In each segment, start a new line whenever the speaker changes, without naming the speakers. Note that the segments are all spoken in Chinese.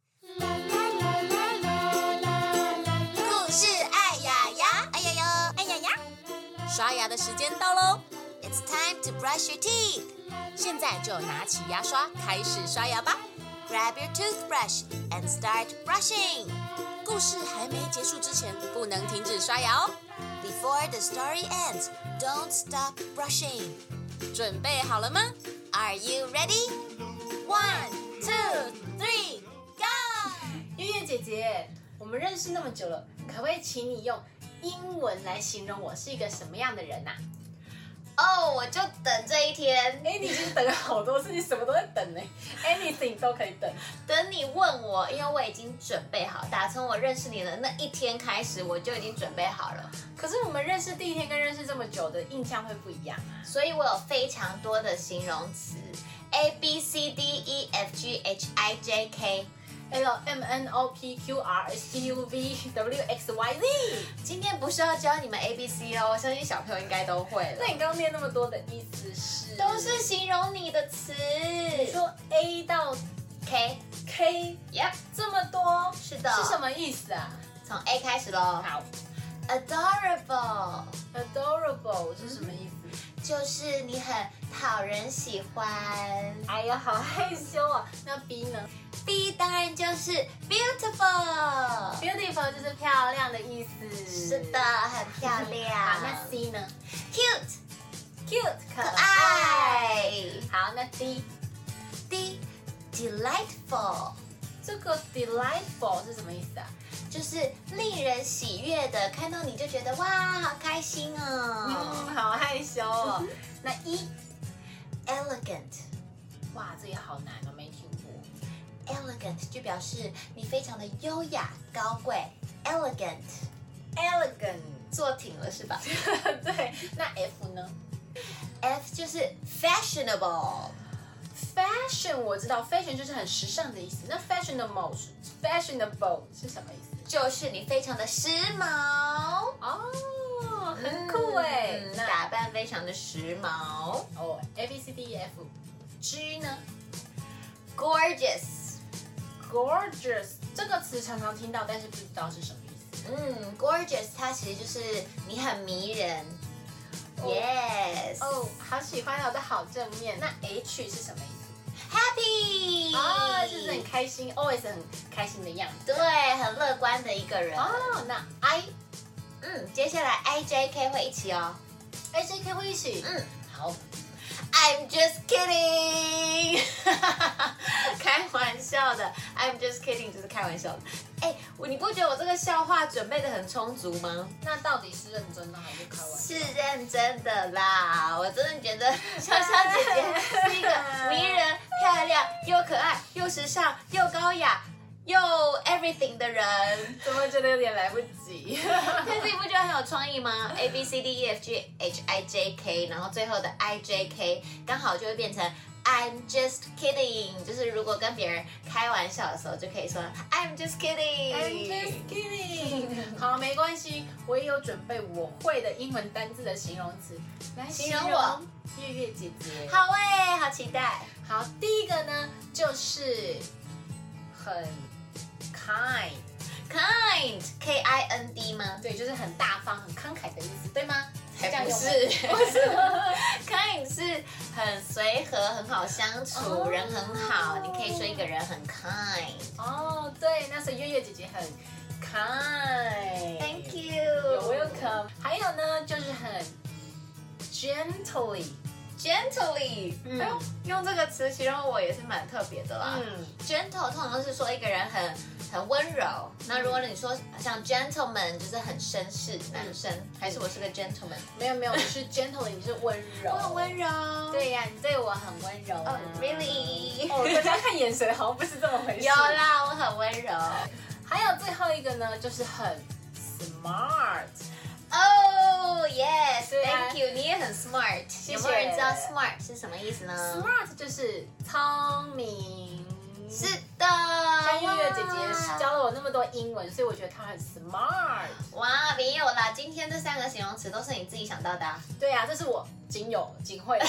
哎刷牙的时间到喽，It's time to brush your teeth。现在就拿起牙刷开始刷牙吧，Grab your toothbrush and start brushing。故事还没结束之前，不能停止刷牙哦。Before the story ends, don't stop brushing。准备好了吗？Are you ready? One, two, three, go！
月月姐姐，我们认识那么久了，可不可以请你用英文来形容我是一个什么样的人啊呐、
哦，我就等这一天，
哎、你已经等了好多次，你什么都在等 呢、a n y t h i n g 都可以等。
等你问我，因为我已经准备好。打从我认识你的那一天开始，我就已经准备好了，
可是我们认识第一天跟认识这么久的印象会不一样啊。
所以我有非常多的形容词：A B C D E F G H I J K。
L M N O P Q R S T U V W X Y Z。
今天不是要教你们 A B C 哦，我相信小朋友应该都会
那
了，
你刚刚念那么多的意思是？
都是形容你的词。
你说 A 到
K。
K
Yep，
这么多，
是的。
是什？么意思啊？
从 A 开始喽。
好
，Adorable
，adorable 是什么意思？
就是你很讨人喜欢。
哎呀，好害羞啊！那 B 呢
B 当然就是 beautiful，
？Beautiful 就是漂亮的意思。
是的，很漂
好，
亮。
那 C 呢
cute，
？Cute 可
可。爱。
好，那 D
D delightful，
这个 delightful 是什么意思啊？
就是令人喜悦的，看到你就觉得哇，好开心哦。
嗯，好害羞 哦。那 E
Elegant，elegant
哇，这个好难哦，没听过。
就表示你非常的优雅高贵。Elegant，
Elegant，
坐挺了是吧
对。那 F 呢
？F 就是 fashionable。
？Fashion 我知道，fashion 就是很时尚的意思。那 fashionable 是 fashionable 是什么意思？
就是你非常的时髦，
哦，很酷哎、
嗯
那
打扮非常的时髦
哦，A B C D E F G 呢
，gorgeous，
？Gorgeous 这个词常常听到，但是不知道是什么意思。
嗯，gorgeous，它其实就是你很迷人、
哦
y e s
哦，好喜欢哦，这好正面。那 H 是什么意思？
h a p p y
啊、就是很开心，always 很开心的样子。
对，很乐观的一个人。
哦，那 I
嗯，接下来 I J K 会一起哦。
I J K 会一起。
嗯
好，
，I'm just kidding，开玩笑的，I'm just kidding 就是开玩笑的。哎，我你不觉得我这个笑话准备的很充足吗？
那到底是认真的还是开玩笑？
是认真的 啦，我真的觉得潇潇姐姐是一个迷人、漂亮又可爱、又时尚、又高雅、又 everything 的人。
怎么觉得有点来不及？
但是你不觉得很有创意吗？A B C D E F G H I J K，然后最后的 I J K 刚好就会变成 I'm just kidding，就是如果跟别人开玩笑的时候，就可以说 I'm just kidding。
I'm just kidding。好，没关系，我也有准备我会的英文单字的形容词来
形容我
月月姐姐。
好哎、好期待。
好，第一个呢就是很 kind，
Kind K I N D 吗？
对，就是很大方、很慷慨的意思，对吗？
才
这样
不
用吗
是
不 是吗
kind 是很随和、很好相处
哦
人很好。你可以说一个人很 kind。
哦，对，那是月月姐姐很 kind。
Thank you。
You're welcome。还有呢，就是很 gently。
Gently，、
嗯
哎呦，用这个词形容我也是蛮特别的啦。
嗯
Gentle 通常是说一个人很很温柔。那如果你说像 gentleman，就是很绅士男生，还是我是个 gentleman？
没有没有，你是 gentle，你是哦温柔，
我很温柔。
对呀、你对我很温柔、啊。
哦，really？
哦，大家看眼神好像不是这么回事。
有啦，我很温柔。
还有最后一个呢，就是很 smart。
哦、y e s
对啊
thank you，你也很 smart。
谢
有没有人知道 smart 是什么意思呢？
smart 就是聪明。
是。的，
像月月姐姐教了我那么多英文，所以我觉得她很 smart。
哇，没有啦，今天这三个形容词都是你自己想到的啊、
对呀、这是我仅有仅会的。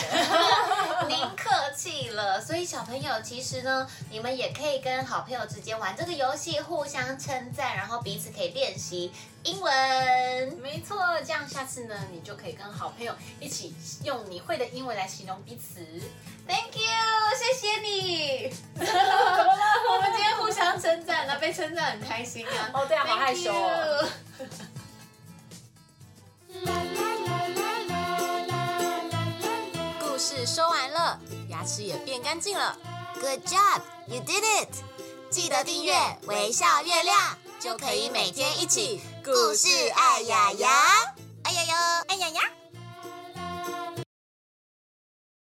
您客气了，所以小朋友其实呢，你们也可以跟好朋友之间玩这个游戏，互相称赞，然后彼此可以练习英文。
没错，这样下次呢，你就可以跟好朋友一起用你会的英文来形容彼此。
Thank you，谢谢 你。我们今天互相称赞了，被称赞很开心啊。
哦，对啊，好
Thank
害羞哦。
you
故事说完了，牙齿也变干净了。Good job, you did it！记得订阅“微笑月亮”，哎就可以每天一起故事爱牙牙，爱牙牙，爱牙牙。